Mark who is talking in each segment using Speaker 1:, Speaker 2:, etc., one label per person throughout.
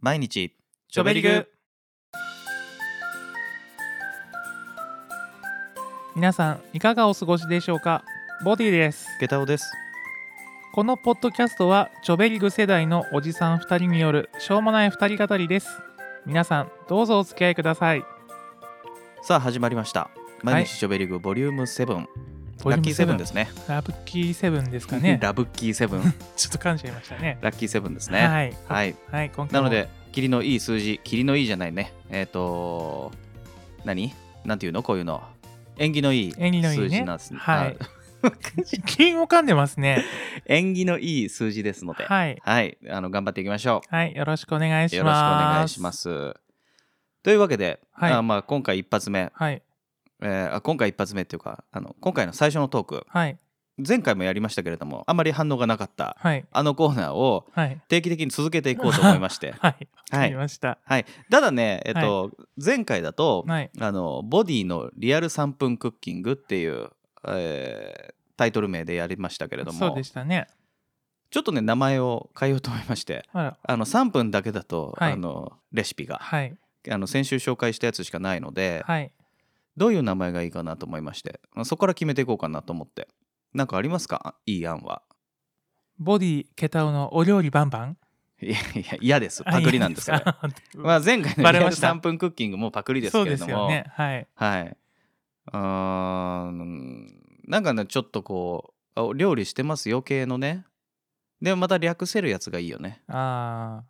Speaker 1: 毎日
Speaker 2: ちょべりぐ皆さんいかがお過ごしでしょうかボディです
Speaker 1: ゲタオです
Speaker 2: このポッドキャストはちょべりぐ世代のおじさん2人によるしょうもない2人語りです皆さんどうぞお付き合いください
Speaker 1: さあ始まりました毎日ちょべりぐボリューム7、ラッキーセブンですすね
Speaker 2: ラブキーセブンですかね
Speaker 1: ラブキーセブ ン
Speaker 2: ちょっと噛んじゃいましたね
Speaker 1: ラッキーセブンですね
Speaker 2: はい
Speaker 1: はい、
Speaker 2: はい今回
Speaker 1: な
Speaker 2: も
Speaker 1: ので霧のいい数字霧のいいじゃないねえっ、と何なんていうのこういうの縁起のいい
Speaker 2: 縁起のいい
Speaker 1: 数
Speaker 2: ね
Speaker 1: 字なんです
Speaker 2: は
Speaker 1: あ
Speaker 2: い金を噛んでます ね
Speaker 1: 縁起のいい数字ですので、
Speaker 2: はい
Speaker 1: はい、あの頑張っていきましょう
Speaker 2: はいよろしくお願いします
Speaker 1: よろしくお願いします。というわけで、
Speaker 2: はい
Speaker 1: あまあ、今回一発目、
Speaker 2: はい
Speaker 1: えーあ今回一発目っていうかあの今回の最初のトーク
Speaker 2: はい
Speaker 1: 前回もやりましたけれどもあまり反応がなかった
Speaker 2: はい
Speaker 1: あのコーナーを
Speaker 2: はい、
Speaker 1: 定期的に続けていこうと思いまして
Speaker 2: はい
Speaker 1: は
Speaker 2: わかり
Speaker 1: い
Speaker 2: ました
Speaker 1: はい、ただね、えっと前回だと、
Speaker 2: はい
Speaker 1: あのボディのリアル3分クッキングっていう、えータイトル名でやりましたけれど
Speaker 2: そう
Speaker 1: も
Speaker 2: でしたね
Speaker 1: ちょっとね名前を変えようと思いまして
Speaker 2: あら
Speaker 1: あの3分だけだと、
Speaker 2: はい
Speaker 1: あのレシピが
Speaker 2: はい
Speaker 1: あの先週紹介したやつしかないので、
Speaker 2: はい
Speaker 1: どういう名前がいいかなと思いましてまあそこから決めていこうかなと思ってなんかありますかいい案は
Speaker 2: ボディケタオのお料理バンバン
Speaker 1: いやいや嫌ですパクリなんです
Speaker 2: あ
Speaker 1: から、
Speaker 2: いいか
Speaker 1: まあ、前回の
Speaker 2: バ
Speaker 1: リ
Speaker 2: レ
Speaker 1: ア
Speaker 2: ま
Speaker 1: ル
Speaker 2: した
Speaker 1: 3分クッキングもパクリです
Speaker 2: そう
Speaker 1: けれ
Speaker 2: で
Speaker 1: ど
Speaker 2: す
Speaker 1: も、
Speaker 2: よねはい
Speaker 1: はいうーんなんかねちょっとこうあお料理してますよ系のねでまた略せるやつがいいよね
Speaker 2: あ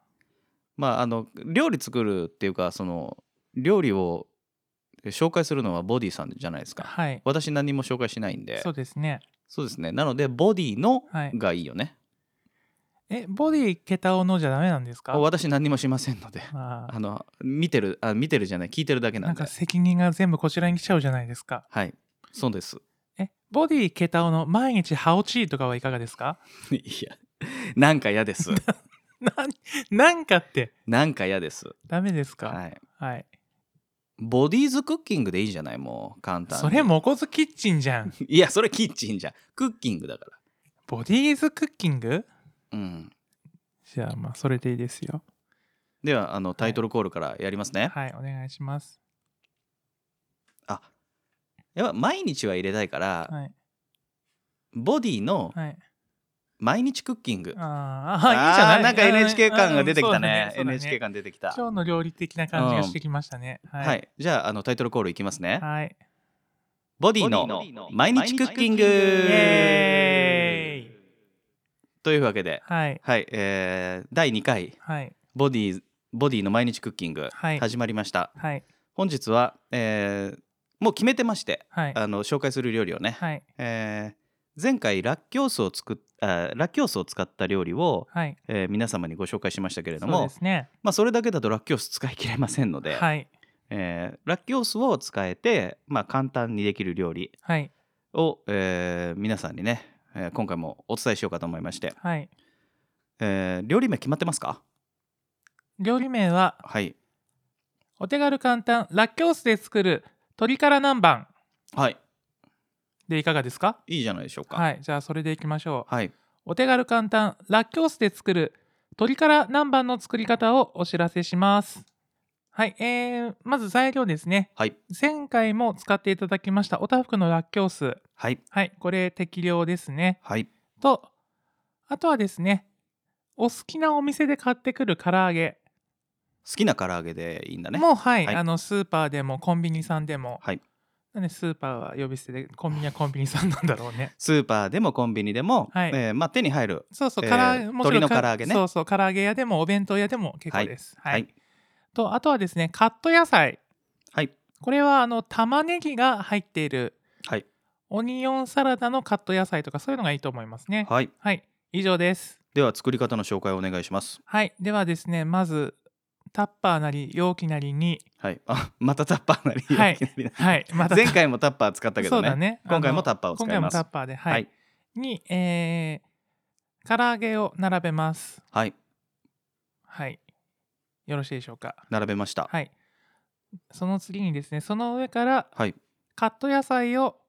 Speaker 1: まああの料理作るっていうかその料理を紹介するのはボディさんじゃないです
Speaker 2: あ
Speaker 1: か
Speaker 2: はい
Speaker 1: 私何も紹介しないんで
Speaker 2: そうですね
Speaker 1: そうですねなのでボディの
Speaker 2: はい
Speaker 1: がいいよね、
Speaker 2: えボディケタオのじゃダメなんですか
Speaker 1: 私何もしませんので
Speaker 2: あー
Speaker 1: あの見てるあ見てるじゃない聞いてるだけな
Speaker 2: なんん
Speaker 1: で
Speaker 2: か責任が全部こちらに来ちゃうじゃないですか
Speaker 1: はいそうです
Speaker 2: えボディケタオの毎日ハオチーとか はいかがですか
Speaker 1: いやなんか嫌です
Speaker 2: なんなんかって
Speaker 1: なんか嫌です
Speaker 2: ダメですか
Speaker 1: はい
Speaker 2: はい
Speaker 1: ボディーズクッキングでいいじゃないもう簡単に
Speaker 2: それモコズキッチンじゃん
Speaker 1: いやそれキッチンじゃんクッキングだか
Speaker 2: ボディーズクッキング
Speaker 1: らうん
Speaker 2: じゃあまあそれでいいですよ
Speaker 1: ではあのタイトルコールからやりますね、
Speaker 2: はいお願いします
Speaker 1: あやっぱ毎日は入れたいから、
Speaker 2: はい
Speaker 1: ボディの
Speaker 2: はい
Speaker 1: 毎日クッキング、
Speaker 2: あー
Speaker 1: あ
Speaker 2: あーいいじゃない
Speaker 1: ーなんか
Speaker 2: うん
Speaker 1: NHK 感が出てきた
Speaker 2: う
Speaker 1: ね,、
Speaker 2: んそうだねそうだね
Speaker 1: NHK 感出てきた
Speaker 2: 今日の料理的な感じがしてきましたね、
Speaker 1: はい、
Speaker 2: はい
Speaker 1: じゃああのタイトルコールいきますね、
Speaker 2: はい
Speaker 1: ボディの毎日クッキング
Speaker 2: イエーイ
Speaker 1: というわけで、
Speaker 2: はい
Speaker 1: はいえー第2回
Speaker 2: はい
Speaker 1: ボディボディの毎日クッキング
Speaker 2: はい
Speaker 1: 始まりました、
Speaker 2: はい
Speaker 1: 本日は、えーもう決めてまして
Speaker 2: はい
Speaker 1: あの紹介する料理をね、
Speaker 2: はい
Speaker 1: えー前回ラッキョウスを作っあラッキョウスを使った料理を、
Speaker 2: はい
Speaker 1: えー皆様にご紹介しましたけれど
Speaker 2: そう
Speaker 1: も
Speaker 2: ですね
Speaker 1: まあ、それだけだとラッキョウス使い切れませんので、
Speaker 2: はい
Speaker 1: えーラッキョウスを使えて、まあ、簡単にできる料理
Speaker 2: はい
Speaker 1: を、えー皆さんにね、えー今回もお伝えしようかと思いまして、
Speaker 2: はい
Speaker 1: えー料理名決まってますか
Speaker 2: 料理名は
Speaker 1: はい
Speaker 2: お手軽簡単ラッキョウスで作る鶏から南蛮
Speaker 1: はい
Speaker 2: でいかがですか
Speaker 1: いいじゃないでしょうか
Speaker 2: はいじゃあそれでいきましょう
Speaker 1: はい、
Speaker 2: お手軽簡単ラッキョウスで作る鶏から南蛮の作り方をお知らせしますはいえー、まず材料ですね
Speaker 1: はい
Speaker 2: 前回も使っていただきましたおたふくのラッキョウス
Speaker 1: はい
Speaker 2: はいこれ適量ですね
Speaker 1: はい
Speaker 2: とあとはですねお好きなお店で買ってくる唐揚げ
Speaker 1: 好きな唐揚げでいいんだね
Speaker 2: もうはい、
Speaker 1: はい
Speaker 2: あのスーパーでもコンビニさんでも、
Speaker 1: はい
Speaker 2: なんでスーパーは呼び捨てでコンビニはコンビニさんなんだろうね
Speaker 1: スーパーでもコンビニでも、
Speaker 2: はい
Speaker 1: えーまあ、手に入る
Speaker 2: そうそう、
Speaker 1: えー
Speaker 2: からもちろ
Speaker 1: 鶏
Speaker 2: ん
Speaker 1: の唐揚げね
Speaker 2: そうそう唐揚げ屋でもお弁当屋でも結構ですはい、
Speaker 1: はい
Speaker 2: とあとはですねカット野菜
Speaker 1: はい
Speaker 2: これはあの玉ねぎが入っている
Speaker 1: はい
Speaker 2: オニオンサラダのカット野菜とかそういうのがいいと思いますね
Speaker 1: はい
Speaker 2: はい以上です
Speaker 1: では作り方の紹介をお願いします
Speaker 2: はいではですねまずタッパーなり容器なりに
Speaker 1: はいあ またタッパーなり、
Speaker 2: はい
Speaker 1: いきなりね
Speaker 2: はいまた
Speaker 1: 前回もタッパー使ったけ
Speaker 2: そ
Speaker 1: ど
Speaker 2: う
Speaker 1: ね
Speaker 2: だね
Speaker 1: 今回
Speaker 2: あの
Speaker 1: もタッパーを使います
Speaker 2: 今回もタッパーではい、
Speaker 1: はい
Speaker 2: に、えー、唐揚げを並べます
Speaker 1: はい
Speaker 2: はいよろしいでしょうか
Speaker 1: 並べましたはい、
Speaker 2: はいその次にですねその上からカット野菜を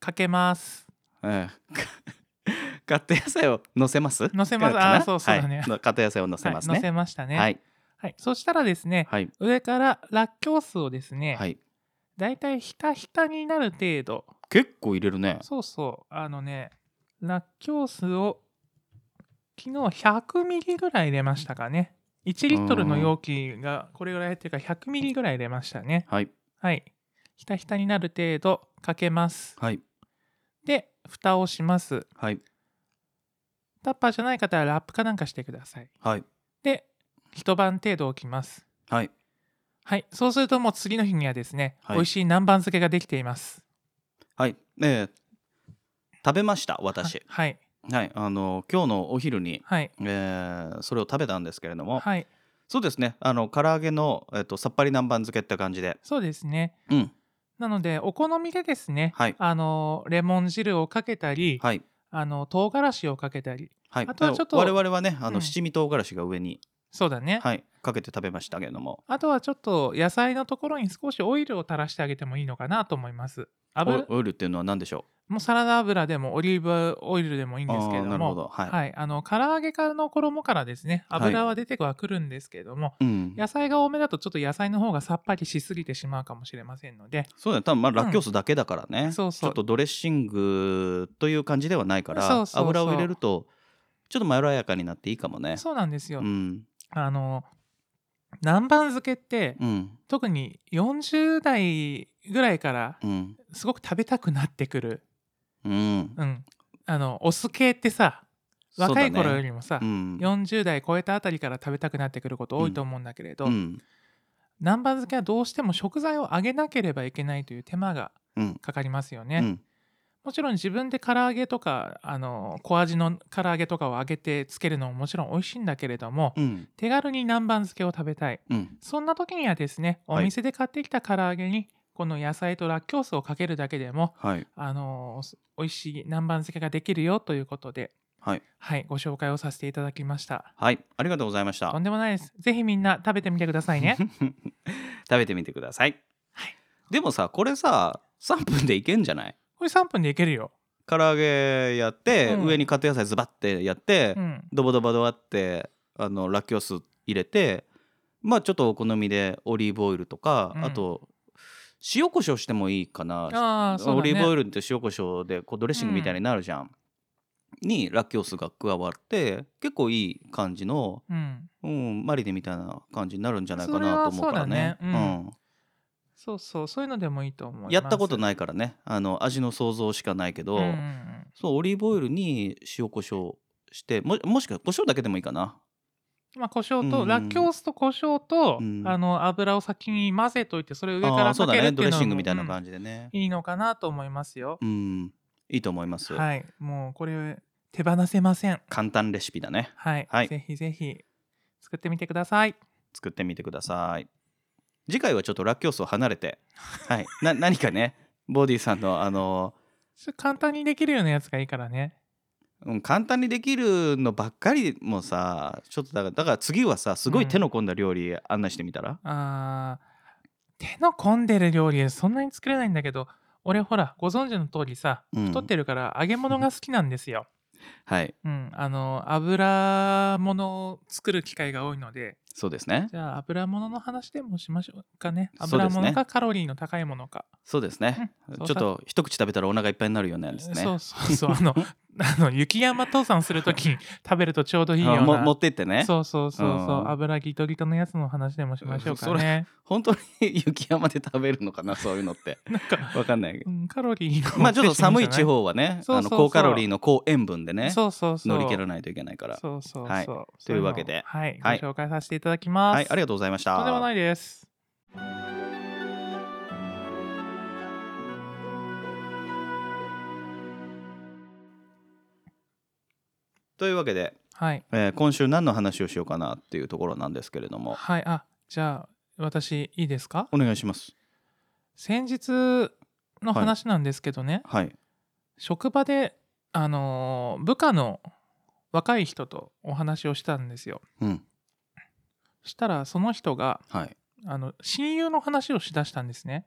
Speaker 2: かけます
Speaker 1: えー カット野菜を乗せます
Speaker 2: 乗せます
Speaker 1: かな
Speaker 2: あーそうそうだね
Speaker 1: はいのカット野菜を乗せます
Speaker 2: はい、
Speaker 1: ね
Speaker 2: 乗せましたね
Speaker 1: はい
Speaker 2: はい、そしたらですね、
Speaker 1: はい
Speaker 2: 上からラッキョウ酢をですね、
Speaker 1: はい
Speaker 2: だいたいひたひたになる程度、
Speaker 1: 結構入れるね
Speaker 2: そうそう、あのね、ラッキョウ酢を昨日100ミリぐらい入れましたかね。1リットルの容器がこれぐらい入ってるから100ミリぐらい入れましたね。
Speaker 1: はい
Speaker 2: はい。ひたひたになる程度かけます。
Speaker 1: はい
Speaker 2: で、蓋をします。
Speaker 1: はい
Speaker 2: タッパーじゃない方はラップかなんかしてください。
Speaker 1: はい
Speaker 2: で、一晩程度置きます。
Speaker 1: はい
Speaker 2: はい。そうするともう次の日にはですね、
Speaker 1: はい
Speaker 2: 美味しい南蛮漬けができています。
Speaker 1: はいねえ食べました私
Speaker 2: ははい。
Speaker 1: はいあの今日のお昼に、
Speaker 2: はい。
Speaker 1: えーそれを食べたんですけれども、
Speaker 2: はい。
Speaker 1: そうですねあの唐揚げの、えっとさっぱり南蛮漬けって感じで
Speaker 2: そうですね。
Speaker 1: うん
Speaker 2: なので、お好みでですね、
Speaker 1: はい
Speaker 2: あの、レモン汁をかけたり、
Speaker 1: はい
Speaker 2: あの、唐辛子をかけたり、
Speaker 1: はい、
Speaker 2: あとはちょっと
Speaker 1: 我々はねあの、
Speaker 2: うん
Speaker 1: 七味唐辛子が上に、
Speaker 2: そうだね。
Speaker 1: はい、かけて食べましたけれども
Speaker 2: あとはちょっと野菜のところに少しオイルを垂らしてあげてもいいのかなと思います。油
Speaker 1: オイオイルっていうのは何でしょ
Speaker 2: もうサラダ油でもオリーブオイルでもいいんですけれ
Speaker 1: あーな
Speaker 2: ど
Speaker 1: るほ
Speaker 2: も、
Speaker 1: どはい
Speaker 2: あの唐揚げからの衣からですね
Speaker 1: はい
Speaker 2: 油は出てはくるんですけれども、
Speaker 1: う、うん、
Speaker 2: 野菜が多めだとちょっと野菜の方がさっぱりしすぎてしまうかもしれませんので
Speaker 1: そうだね多分まあラッキョウスだけだからね、
Speaker 2: そうそ
Speaker 1: ちょ
Speaker 2: う
Speaker 1: っとドレッシングという感じではないから
Speaker 2: そうそうそう
Speaker 1: 油を入れるとちょっとまろやかになっていいかもね
Speaker 2: そうなんですよ、
Speaker 1: うん
Speaker 2: あの南蛮漬けって、
Speaker 1: うん
Speaker 2: 特に40代ぐらいから
Speaker 1: うん
Speaker 2: すごく食べたくなってくる、
Speaker 1: うん
Speaker 2: うん、あのお酢系ってさ若い頃よりもさ、
Speaker 1: そうだねうん
Speaker 2: 40代超えたあたりから食べたくなってくること多いと思うんだけれど、
Speaker 1: うん
Speaker 2: 南蛮漬けはどうしても食材を揚げなければいけないという手間が
Speaker 1: うん
Speaker 2: かかりますよね、
Speaker 1: うん
Speaker 2: もちろん自分で唐揚げとかあの小味の唐揚げとかを揚げてつけるのももちろん美味しいんだけれども、
Speaker 1: うん
Speaker 2: 手軽に南蛮漬けを食べたい
Speaker 1: うん
Speaker 2: そんな時にはですねお
Speaker 1: はい
Speaker 2: 店で買ってきた唐揚げにこの野菜とラッキョウ酢をかけるだけでも
Speaker 1: はい
Speaker 2: あの美味しい南蛮漬けができるよということで
Speaker 1: はい
Speaker 2: はいご紹介をさせていただきました
Speaker 1: はいありがとうございました
Speaker 2: とんでもないですぜひみんな食べてみてください ね
Speaker 1: 食べてみてください、
Speaker 2: はい
Speaker 1: でもさこれさ3分でいけんじゃない
Speaker 2: これ3分でいけるよ
Speaker 1: 唐揚げやって、
Speaker 2: うん
Speaker 1: 上にカット野菜ズバッてやって、
Speaker 2: うん
Speaker 1: ドボドボドバってあのラッキョウ酢入れてまあちょっとお好みでオリーブオイルとか、
Speaker 2: うん
Speaker 1: あと塩コショウしてもいいかな、
Speaker 2: ああそうだね
Speaker 1: オリーブオイルって塩コショウでこうドレッシングみたいになるじゃん、にラッキョウ酢が加わって結構いい感じの、
Speaker 2: うん
Speaker 1: うん、マリネみたいな感じになるんじゃないかなと思うからね
Speaker 2: それはそうだね
Speaker 1: うん
Speaker 2: そうそうそういうのでもいいと思います
Speaker 1: やったこと
Speaker 2: い
Speaker 1: ないからねあの味の想像しかないけど、
Speaker 2: うんうんうん
Speaker 1: そうオリーブオイルに塩コショウしてももしくは胡椒だけでもいいかな
Speaker 2: まあ、胡椒
Speaker 1: うんう
Speaker 2: と、
Speaker 1: ん
Speaker 2: ラッキョウ酢と胡椒と、
Speaker 1: うん
Speaker 2: あの油を先に混ぜといてそれを上か
Speaker 1: ああ
Speaker 2: ら
Speaker 1: ーそ
Speaker 2: か
Speaker 1: うだ
Speaker 2: けるっ
Speaker 1: ね
Speaker 2: て
Speaker 1: ドレ
Speaker 2: いう
Speaker 1: ッ
Speaker 2: の
Speaker 1: シング
Speaker 2: も
Speaker 1: みたいな感じでね
Speaker 2: うんいいのかなと思いますよ
Speaker 1: うん、いいと思います、
Speaker 2: はいもうこれ手放せません
Speaker 1: 簡単レシピだね
Speaker 2: はい、
Speaker 1: はい
Speaker 2: ぜひぜひ作ってみてください
Speaker 1: 作ってみてください次回はちょっとラッキョウスを離れて、はい、な何かねボディさんのあの、
Speaker 2: ちょ簡単にできるようなやつがいいからね
Speaker 1: うん、簡単にできるのばっかりもさちょっとだからだから次はさすごい手の込んだ料理案内してみたら、
Speaker 2: あー手の込んでる料理でそんなに作れないんだけど俺ほらご存知の通りさ
Speaker 1: うん
Speaker 2: 太ってるから揚げ物が好きなんですよ、
Speaker 1: はい
Speaker 2: うん、あの油物を作る機会が多いので
Speaker 1: そうですね
Speaker 2: じゃあ油物の話でもしましょうかね。
Speaker 1: そう
Speaker 2: 油
Speaker 1: ですね
Speaker 2: 物かカロリーの高いものか。
Speaker 1: そうですね、
Speaker 2: うん
Speaker 1: ち
Speaker 2: そ
Speaker 1: ょ
Speaker 2: う
Speaker 1: っ
Speaker 2: さ
Speaker 1: と一口食べたらお腹いっぱいになるようなやつね
Speaker 2: そうそうそう。あのあの雪山登山するときに食べるとちょうどいいよ
Speaker 1: あ
Speaker 2: うな。
Speaker 1: も持ってってね
Speaker 2: そうそうそうそううん油ギトギトのやつの話でもしましょうかね。
Speaker 1: 本当に雪山で食べるのかなそういうの って
Speaker 2: なんか、
Speaker 1: わかんないけど
Speaker 2: うん、カロリーの
Speaker 1: まあちょっと寒い地方はね
Speaker 2: そう
Speaker 1: あ
Speaker 2: そ
Speaker 1: の
Speaker 2: うそう
Speaker 1: 高カロリーの高塩分で
Speaker 2: ね。
Speaker 1: ね
Speaker 2: そうそうそう。
Speaker 1: 乗り切らないといけないから
Speaker 2: そうそうそう。
Speaker 1: はい
Speaker 2: そ
Speaker 1: というわけで
Speaker 2: のはい、ご
Speaker 1: はい
Speaker 2: 紹介させていただきます。
Speaker 1: はいありがとうございました
Speaker 2: とんでもないです。
Speaker 1: というわけで、
Speaker 2: はい。
Speaker 1: えー今週何の話をしようかなっていうところなんですけれども
Speaker 2: はい。あ、じゃあ、私、いいですか
Speaker 1: お願いします
Speaker 2: 先日の話なんですけどね。
Speaker 1: はい
Speaker 2: 職場で、あのー部下の若い人とお話をしたんですよ。
Speaker 1: うん
Speaker 2: そしたらその人が
Speaker 1: はい
Speaker 2: あの親友の話をしだしたんですね。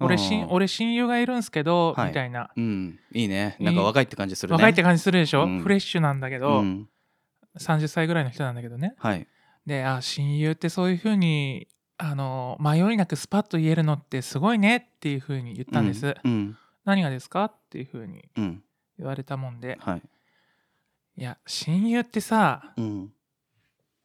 Speaker 2: 俺
Speaker 1: あー
Speaker 2: 親俺親友がいるんすけど、
Speaker 1: はい
Speaker 2: みたいな
Speaker 1: うんいいね
Speaker 2: いい
Speaker 1: なんか若いって感じするね
Speaker 2: 若いって感じするでしょ、
Speaker 1: うん
Speaker 2: フレッシュなんだけ
Speaker 1: う
Speaker 2: ど、
Speaker 1: ん
Speaker 2: 30歳ぐらいの人なんだけどね。
Speaker 1: はい
Speaker 2: であ親友ってそういうふうにあの迷いなくスパッと言えるのってすごいねっていうふうに言ったんです、
Speaker 1: うん
Speaker 2: 何がですかっていうふうに
Speaker 1: うん、うん
Speaker 2: 言われたもんで
Speaker 1: はい、
Speaker 2: いや親友ってさ
Speaker 1: うん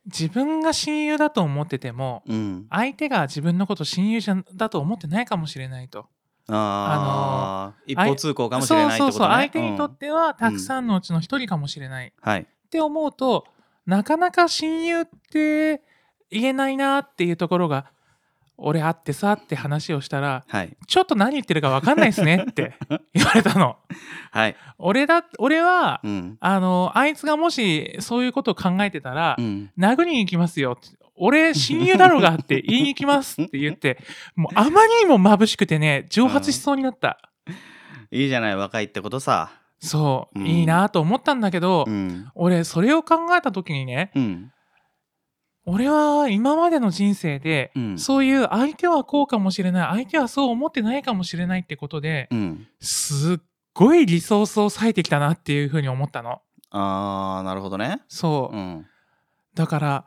Speaker 2: 自分が親友だと思ってても
Speaker 1: うん、
Speaker 2: 相手が自分のこと親友じゃだと思ってないかもしれないと
Speaker 1: ああ一
Speaker 2: あい
Speaker 1: 方通行かもしれないってこと
Speaker 2: そう
Speaker 1: ね
Speaker 2: そうそう相手にと
Speaker 1: うん
Speaker 2: ってはたくさんのうちの一人かもしれない、っ
Speaker 1: はい
Speaker 2: て思うとなかなか親友って言えないなっていうところが俺あってさって話をしたら
Speaker 1: はい
Speaker 2: ちょっと何言ってるか分かんないですねって言われたの
Speaker 1: はい
Speaker 2: 俺だ俺は、
Speaker 1: うん
Speaker 2: あのあいつがもしそういうことを考えてたら、
Speaker 1: うん
Speaker 2: 殴りに行きますよって俺親友だろうがって言いに行きますって言ってもうあまりにも眩しくてね蒸発しそうになった、
Speaker 1: いいじゃない若いってことさ
Speaker 2: そう、
Speaker 1: うん
Speaker 2: いいなと思ったんだけど、
Speaker 1: うん
Speaker 2: 俺それを考えた時にね
Speaker 1: うん
Speaker 2: 俺は今までの人生で、
Speaker 1: うん
Speaker 2: そういう相手はこうかもしれない相手はそう思ってないかもしれないってことで
Speaker 1: うん
Speaker 2: すっごいリソースを割いてきたなっていうふうに思ったの
Speaker 1: ああなるほどね
Speaker 2: そう、
Speaker 1: うん
Speaker 2: だから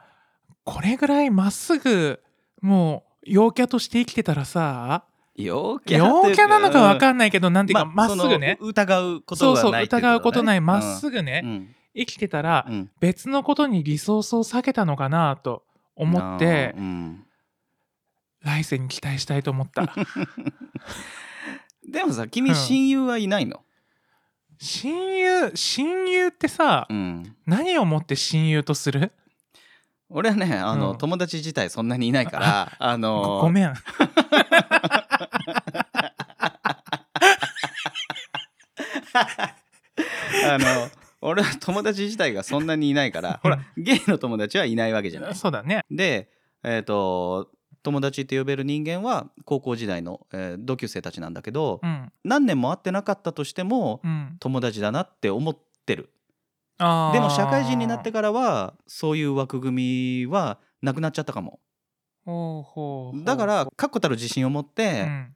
Speaker 2: これぐらいまっすぐもう陽キャとして生きてたらさ
Speaker 1: 陽キャ
Speaker 2: 陽キャなのかわ
Speaker 1: ん
Speaker 2: かんないけどなんていうか
Speaker 1: ま
Speaker 2: ま
Speaker 1: あ
Speaker 2: っすぐね
Speaker 1: その疑うこと
Speaker 2: そう
Speaker 1: が
Speaker 2: そう
Speaker 1: ないってい
Speaker 2: 疑うことないまっ
Speaker 1: ぐ
Speaker 2: すぐね、
Speaker 1: うん
Speaker 2: 生きてたら、
Speaker 1: うん
Speaker 2: 別のことにリソースを避けたのかなと思って
Speaker 1: あーうん
Speaker 2: 来世に期待したいと思った
Speaker 1: でもさ
Speaker 2: う
Speaker 1: 君
Speaker 2: ん
Speaker 1: 親友はいないの
Speaker 2: 親友親友ってさ、
Speaker 1: うん
Speaker 2: 何をもって親友とする
Speaker 1: 俺はねあの、
Speaker 2: うん
Speaker 1: 友達自体そんなにいないからあの
Speaker 2: ごごめん
Speaker 1: あの俺は友達自体がそんなにいないからほらゲイの友達はいないわけじゃない
Speaker 2: そうだね
Speaker 1: でえっ、と友達って呼べる人間は高校時代の、えー同級生たちなんだけど、
Speaker 2: うん
Speaker 1: 何年も会ってなかったとしても
Speaker 2: うん
Speaker 1: 友達だなって思ってる
Speaker 2: あー
Speaker 1: でも社会人になってからはそういう枠組みはなくなっちゃったかも
Speaker 2: ほうほうほう
Speaker 1: だから確固たる自信を持っ
Speaker 2: う
Speaker 1: て、
Speaker 2: ん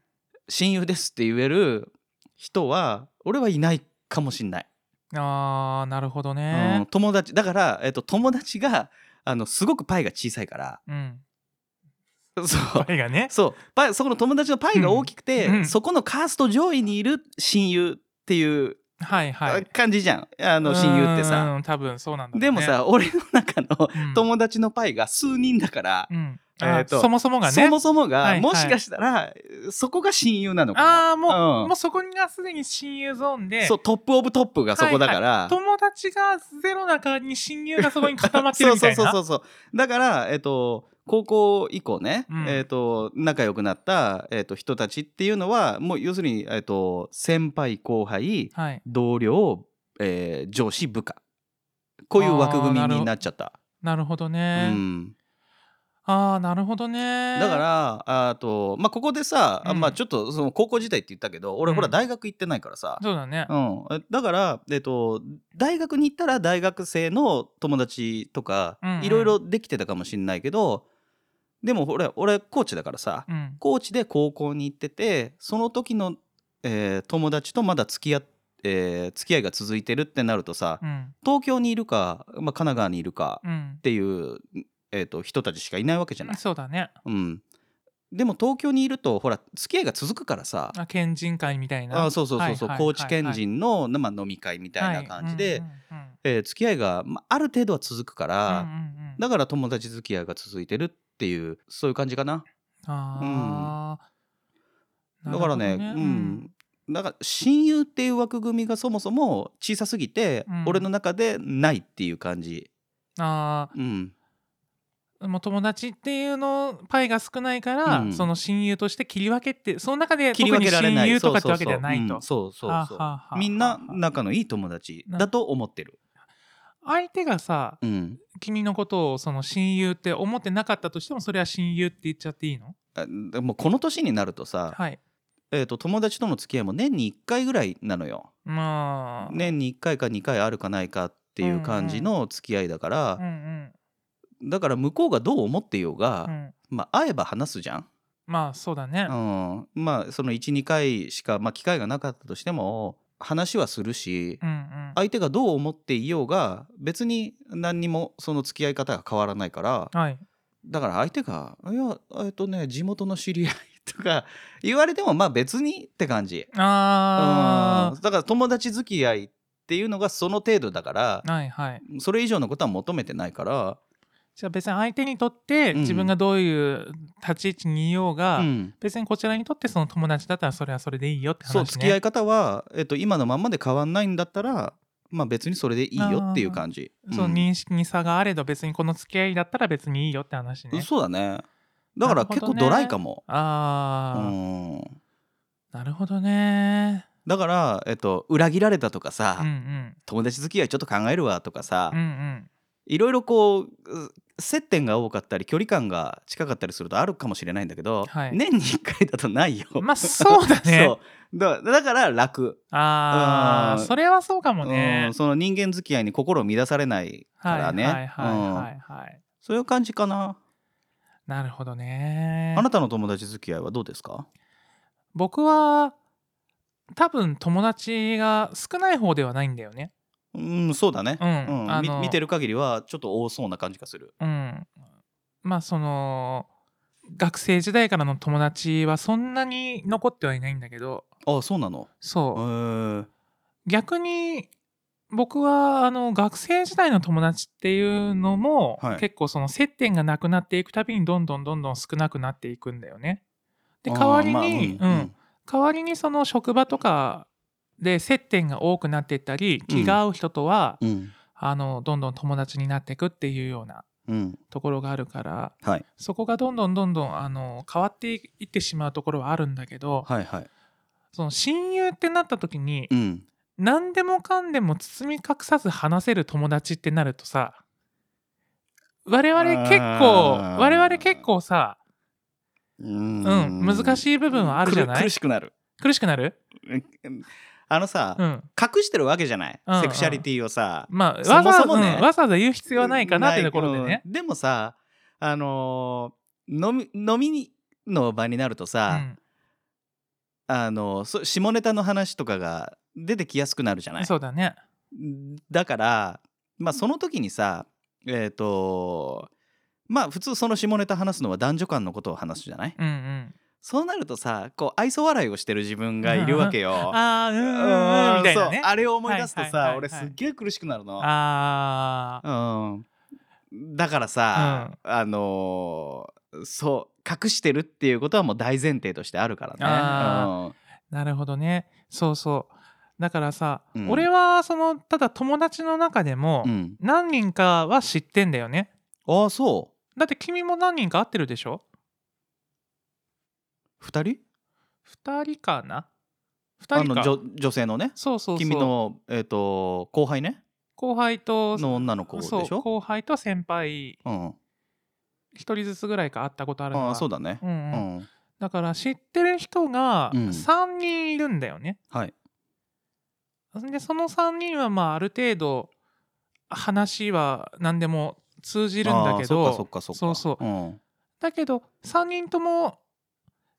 Speaker 1: 親友ですって言える人は俺はいないかもしんない、
Speaker 2: あーなるほど
Speaker 1: うん
Speaker 2: ね
Speaker 1: 友達だから、えっと友達があのすごくパイが小さいから
Speaker 2: うん
Speaker 1: そう
Speaker 2: 声がね
Speaker 1: そうパイそこの友達のパイが大きくて、
Speaker 2: うんうん
Speaker 1: そこのカースト上位にいる親友っていう
Speaker 2: はいはい
Speaker 1: 感じじゃん、 あの親友ってさ、
Speaker 2: うん多分そうなんだろうね
Speaker 1: でもさ俺の中の
Speaker 2: うん
Speaker 1: 友達のパイが数人だから、
Speaker 2: うんあ
Speaker 1: えーと
Speaker 2: そもそもがね
Speaker 1: そもそもが、
Speaker 2: はいはい
Speaker 1: もしかしたらそこが親友なのか
Speaker 2: あ
Speaker 1: な
Speaker 2: あもう,、
Speaker 1: うん
Speaker 2: もうそこがすでに親友ゾーンで
Speaker 1: そうトップオブトップがそこだから、
Speaker 2: 友達がゼロ中に親友がそこに固まって
Speaker 1: そ
Speaker 2: る
Speaker 1: う
Speaker 2: みた
Speaker 1: そう
Speaker 2: いな
Speaker 1: そうそうそうだからえっ、と高校以降ね、
Speaker 2: うん
Speaker 1: えっ、と仲良くなった、えっと人たちっていうのはもう要するに、えっと先輩後輩
Speaker 2: はい
Speaker 1: 同僚、えー上司部下こういう枠組みになっちゃった、
Speaker 2: なるほど
Speaker 1: う
Speaker 2: ね、
Speaker 1: ん、
Speaker 2: ああなるほどね
Speaker 1: だからあと、まあ、ここでさ、あ
Speaker 2: うん
Speaker 1: まあ、ちょっとその高校時代って言ったけど俺
Speaker 2: うん
Speaker 1: ほら大学行ってないからさ、
Speaker 2: そうだね
Speaker 1: うんだから、えっと大学に行ったら大学生の友達とか、
Speaker 2: うんうん
Speaker 1: いろいろできてたかもしんないけどでも俺俺コーチだからさ、
Speaker 2: うん
Speaker 1: コーチで高校に行っててその時の、えー友達とまだ付き合っえー付き合いが続いてるってなるとさ、
Speaker 2: うん
Speaker 1: 東京にいるか、まあ、神奈川にいるか
Speaker 2: うん
Speaker 1: っていう、えー、と人たちしかいないわけじゃない。
Speaker 2: そうだね
Speaker 1: うん、でも東京にいるとほら付き合いが続くからさ、
Speaker 2: あ県人会みたいな
Speaker 1: あそうそうそうそう、
Speaker 2: はいはいはいは
Speaker 1: 高
Speaker 2: い
Speaker 1: 知県人の、まあ、飲み会みたいな感じで、
Speaker 2: はいうんうんうん
Speaker 1: えー付き合いが、まあ、ある程度は続くから、
Speaker 2: うんうんうん
Speaker 1: だから友達付き合いが続いてるっていうそういう感じかな
Speaker 2: あー
Speaker 1: だからね
Speaker 2: なるほ
Speaker 1: う
Speaker 2: ど
Speaker 1: んだから親友っていう枠組みがそもそも小さすぎて、
Speaker 2: うん
Speaker 1: 俺の中でないっていう感じ
Speaker 2: あ
Speaker 1: うん
Speaker 2: ーもう友達っていうのパイが少ないから、
Speaker 1: うん
Speaker 2: その親友として切り分けってその中で
Speaker 1: 切り分けられない
Speaker 2: 特に親友とかって
Speaker 1: そう
Speaker 2: わ
Speaker 1: そ
Speaker 2: け
Speaker 1: う
Speaker 2: で
Speaker 1: そう
Speaker 2: はないと
Speaker 1: うんそうそう
Speaker 2: はあ
Speaker 1: そう
Speaker 2: はあはあ
Speaker 1: みんな仲のいい友達だと思ってる
Speaker 2: 相手がさ
Speaker 1: うん
Speaker 2: 君のことをその親友って思ってなかったとしてもそれは親友って言っちゃっていいの
Speaker 1: あでもこの年になるとさ、
Speaker 2: はい
Speaker 1: えー、と友達との付き合いも年に1回ぐらいなのよ。
Speaker 2: まあ
Speaker 1: 年に1回か2回あるかないかっていう感じの付き合いだから、
Speaker 2: うんうん
Speaker 1: だから向こうがどう思ってよう
Speaker 2: う
Speaker 1: が、
Speaker 2: ん
Speaker 1: まあ、会えば話すじゃん。
Speaker 2: まあそうだね
Speaker 1: うんまあその12回しか、まあ、機会がなかったとしても話はするし、
Speaker 2: うんうん。
Speaker 1: 相手がどう思っていようが別に何にもその付き合い方が変わらないから
Speaker 2: はい。
Speaker 1: だから相手が「いやえっとね地元の知り合い」とか 言われてもまあ別にって感じ
Speaker 2: あ
Speaker 1: うんだから友達付き合いっていうのがその程度だから
Speaker 2: あ。はいはい。
Speaker 1: それ以上のことは求めてないから、
Speaker 2: じゃあ別に相手にとって
Speaker 1: うん
Speaker 2: 自分がどういう立ち位置にいようが、
Speaker 1: うん
Speaker 2: 別にこちらにとってその友達だったらそれはそれでいいよって話、ね、
Speaker 1: そう付き合い方は、えっと、今のまんまで変わんないんだったら、まあ、別にそれでいいよっていう感じ、うん
Speaker 2: その認識に差があれど別にこの付き合いだったら別にいいよって話ね。
Speaker 1: そうだねだから結構
Speaker 2: なるほどね
Speaker 1: ドライかも、
Speaker 2: ああ、
Speaker 1: うん
Speaker 2: なるほどね。
Speaker 1: だから、えっと、裏切られたとかさ、
Speaker 2: うんうん。
Speaker 1: 友達付き合いちょっと考えるわとかさ、
Speaker 2: うんうん。
Speaker 1: いろいろこうう接点が多かったり距離感が近かったりするとあるかもしれないんだけど、
Speaker 2: はい
Speaker 1: 年に1回だとないよ。
Speaker 2: まあそうだね。
Speaker 1: そうだだから楽、
Speaker 2: あ
Speaker 1: う
Speaker 2: あ、
Speaker 1: ん
Speaker 2: それはそうかも
Speaker 1: う
Speaker 2: ね
Speaker 1: ん。その人間付き合いに心を乱されないか
Speaker 2: はいは
Speaker 1: ら
Speaker 2: い
Speaker 1: ね、
Speaker 2: はいは
Speaker 1: うん
Speaker 2: いはい。
Speaker 1: そういう感じかな、
Speaker 2: なるほどね
Speaker 1: あ。なたの友達付き合いはどうですか
Speaker 2: 僕は多分友達が少ない方ではないんだよね。
Speaker 1: うんそうだね、
Speaker 2: うん。
Speaker 1: うん
Speaker 2: あ
Speaker 1: み
Speaker 2: の
Speaker 1: 見てる限りはちょっと多そうな感じがする
Speaker 2: うん。まあその学生時代からの友達はそんなに残ってはいないんだけど、
Speaker 1: あそうなの
Speaker 2: そう
Speaker 1: へ。ー
Speaker 2: 逆に僕はあの学生時代の友達っていうのも、
Speaker 1: はい
Speaker 2: 結構その接点がなくなっていくたびにどんどんどんどん少なくなっていくんだよね。で
Speaker 1: あー
Speaker 2: 代わり
Speaker 1: まあ
Speaker 2: に、
Speaker 1: うん
Speaker 2: うん代わりにその職場とかで接点が多くなっていったり気が合う人とは、
Speaker 1: うん
Speaker 2: あのどんどん友達になっていくっていうような
Speaker 1: うん
Speaker 2: ところがあるから
Speaker 1: はい
Speaker 2: そこがどんどんどんどんあの変わっていってしまうところはあるんだけど、
Speaker 1: はいはい
Speaker 2: その親友ってなった時に、
Speaker 1: うん
Speaker 2: 何でもかんでも包み隠さず話せる友達ってなるとさ我々結構
Speaker 1: あー
Speaker 2: 我々結構さ
Speaker 1: う
Speaker 2: うん難しい部分はあるじゃない
Speaker 1: 苦苦しくなる
Speaker 2: 苦しくなる
Speaker 1: あのさ、
Speaker 2: うん
Speaker 1: 隠してるわけじゃない、
Speaker 2: うんうん
Speaker 1: セクシャリティをさ
Speaker 2: まあ
Speaker 1: そ
Speaker 2: わざ
Speaker 1: もそもね
Speaker 2: うんわざわざ言う必要はないかなってところで
Speaker 1: ない
Speaker 2: ね
Speaker 1: うんでもさあのー飲み飲みの場になると
Speaker 2: う
Speaker 1: さ、
Speaker 2: ん
Speaker 1: あのそ下ネタの話とかが出てきやすくなるじゃない
Speaker 2: そうだね
Speaker 1: だからまあその時にさえっ、とまあ普通その下ネタ話すのは男女間のことを話すじゃない
Speaker 2: うんうん
Speaker 1: そうなるとさこう愛想笑いをしてる自分がいるわけよ。
Speaker 2: あーうん
Speaker 1: う
Speaker 2: うんうんみたいな
Speaker 1: そ
Speaker 2: ね
Speaker 1: うあれを思い出すとさ、
Speaker 2: はいはいはいはい
Speaker 1: 俺すっげえ苦しくなるの。
Speaker 2: あー
Speaker 1: うん、だからさ、あのーそう隠してるっていうことはもう大前提としてあるからね
Speaker 2: あ。なるほどねそうそうだからさ
Speaker 1: うん
Speaker 2: 俺はそのただ友達の中でも
Speaker 1: うんうん
Speaker 2: 何人かは知ってんだよね
Speaker 1: ああそ
Speaker 2: だって君も何人か会ってるでしょ
Speaker 1: う2人
Speaker 2: 2人かな
Speaker 1: あ
Speaker 2: 2人
Speaker 1: の
Speaker 2: か
Speaker 1: 女女性のね
Speaker 2: そうそうそう
Speaker 1: 君の、えー、と後輩ね
Speaker 2: 後輩と
Speaker 1: の女の子でし
Speaker 2: そう
Speaker 1: ょ
Speaker 2: 後輩と先輩
Speaker 1: うん、あ
Speaker 2: 1人ずつぐらいか会ったことあるの
Speaker 1: あ
Speaker 2: は
Speaker 1: そうだね、
Speaker 2: うん
Speaker 1: う
Speaker 2: うん
Speaker 1: ん
Speaker 2: だから知ってる人が
Speaker 1: うん
Speaker 2: 3人いるんだよね、
Speaker 1: はい
Speaker 2: でその3人はまあある程度話は何でも通じるんだけど
Speaker 1: ああそっかそっかそっか
Speaker 2: そうそう
Speaker 1: うん
Speaker 2: だけど3人とも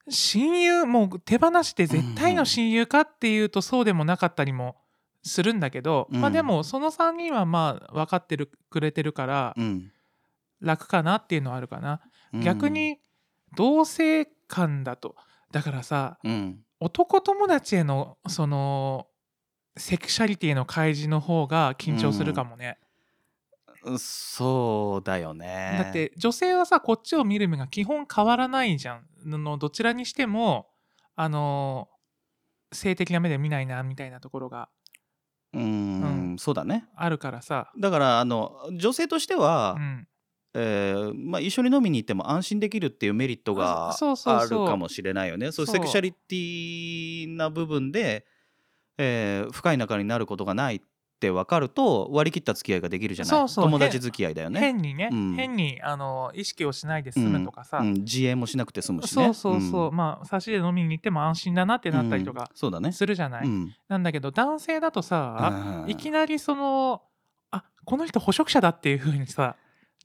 Speaker 2: 親友もう手放して絶対の親友かっていうとそうでもなかったりもするんだけど、
Speaker 1: うん
Speaker 2: まあでもその3人はまあ分かってるくれてるから
Speaker 1: うん
Speaker 2: 楽かなっていうのはあるかな、
Speaker 1: うん
Speaker 2: 逆に同性間だとだからさ
Speaker 1: うん
Speaker 2: 男友達へのそのセクシャリティの開示の方が緊張するかもね、
Speaker 1: そうだよね
Speaker 2: だって女性はさこっちを見る目が基本変わらないじゃんののどちらにしてもあのー性的な目で見ないなみたいなところが
Speaker 1: うん、
Speaker 2: う
Speaker 1: そうだね
Speaker 2: あるからさ、
Speaker 1: だからあの女性としては
Speaker 2: う、ん、
Speaker 1: えーまあ、一緒に飲みに行っても安心できるっていうメリットが
Speaker 2: あそうそう
Speaker 1: あ
Speaker 2: そう
Speaker 1: るかもしれないよねそういう
Speaker 2: そう
Speaker 1: セクシャリティな部分で、えー深い仲になることがないって分かると割り切った付き合いができるじゃない
Speaker 2: そうそう
Speaker 1: 友達付き合いだよね。
Speaker 2: 変にね、
Speaker 1: うん
Speaker 2: 変にあのー意識をしないで済むとかさ、
Speaker 1: うん、自衛もしなくて済むしね。
Speaker 2: そうそうそう、
Speaker 1: ん
Speaker 2: まあ差しで飲みに行っても安心だなってなったりとか
Speaker 1: うんそうだね。
Speaker 2: するじゃない、
Speaker 1: うん
Speaker 2: なんだけど男性だとさ、
Speaker 1: あー
Speaker 2: いきなりそのあこの人捕食者だっていう風にさ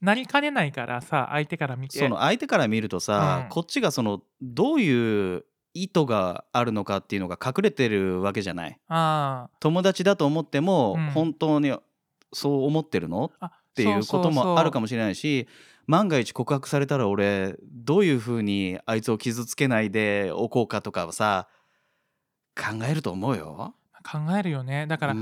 Speaker 2: なりかねないからさ相手から見て
Speaker 1: その相手から見るとさ、
Speaker 2: うん
Speaker 1: こっちがそのどういう意図があるのかっていうのが隠れてるわけじゃない
Speaker 2: あ
Speaker 1: 友達だと思っても、
Speaker 2: うん
Speaker 1: 本当にそう思ってるの
Speaker 2: あっ
Speaker 1: っていうこともあるか
Speaker 2: も
Speaker 1: もしれないし万が一告白されたら俺どういうふうにあいつを傷つけないでおこうかとかはさ考えると思うよ。
Speaker 2: 考えるよねだから向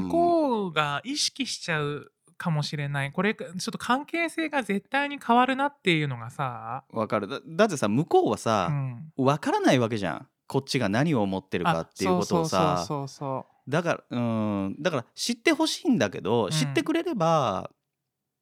Speaker 1: 向
Speaker 2: こうが意識しちゃうかもしれないこれちょっと関係性が絶対に変わるなっていうのがさ、
Speaker 1: わかるだだってさ向こうは
Speaker 2: う
Speaker 1: さ、
Speaker 2: ん、
Speaker 1: わからないわけじゃんこっちが何を思ってるかっていうことを
Speaker 2: あ
Speaker 1: さ
Speaker 2: そうそうそうそう
Speaker 1: だからうんだから知ってほしいんだけど、
Speaker 2: ん
Speaker 1: 知ってくれれば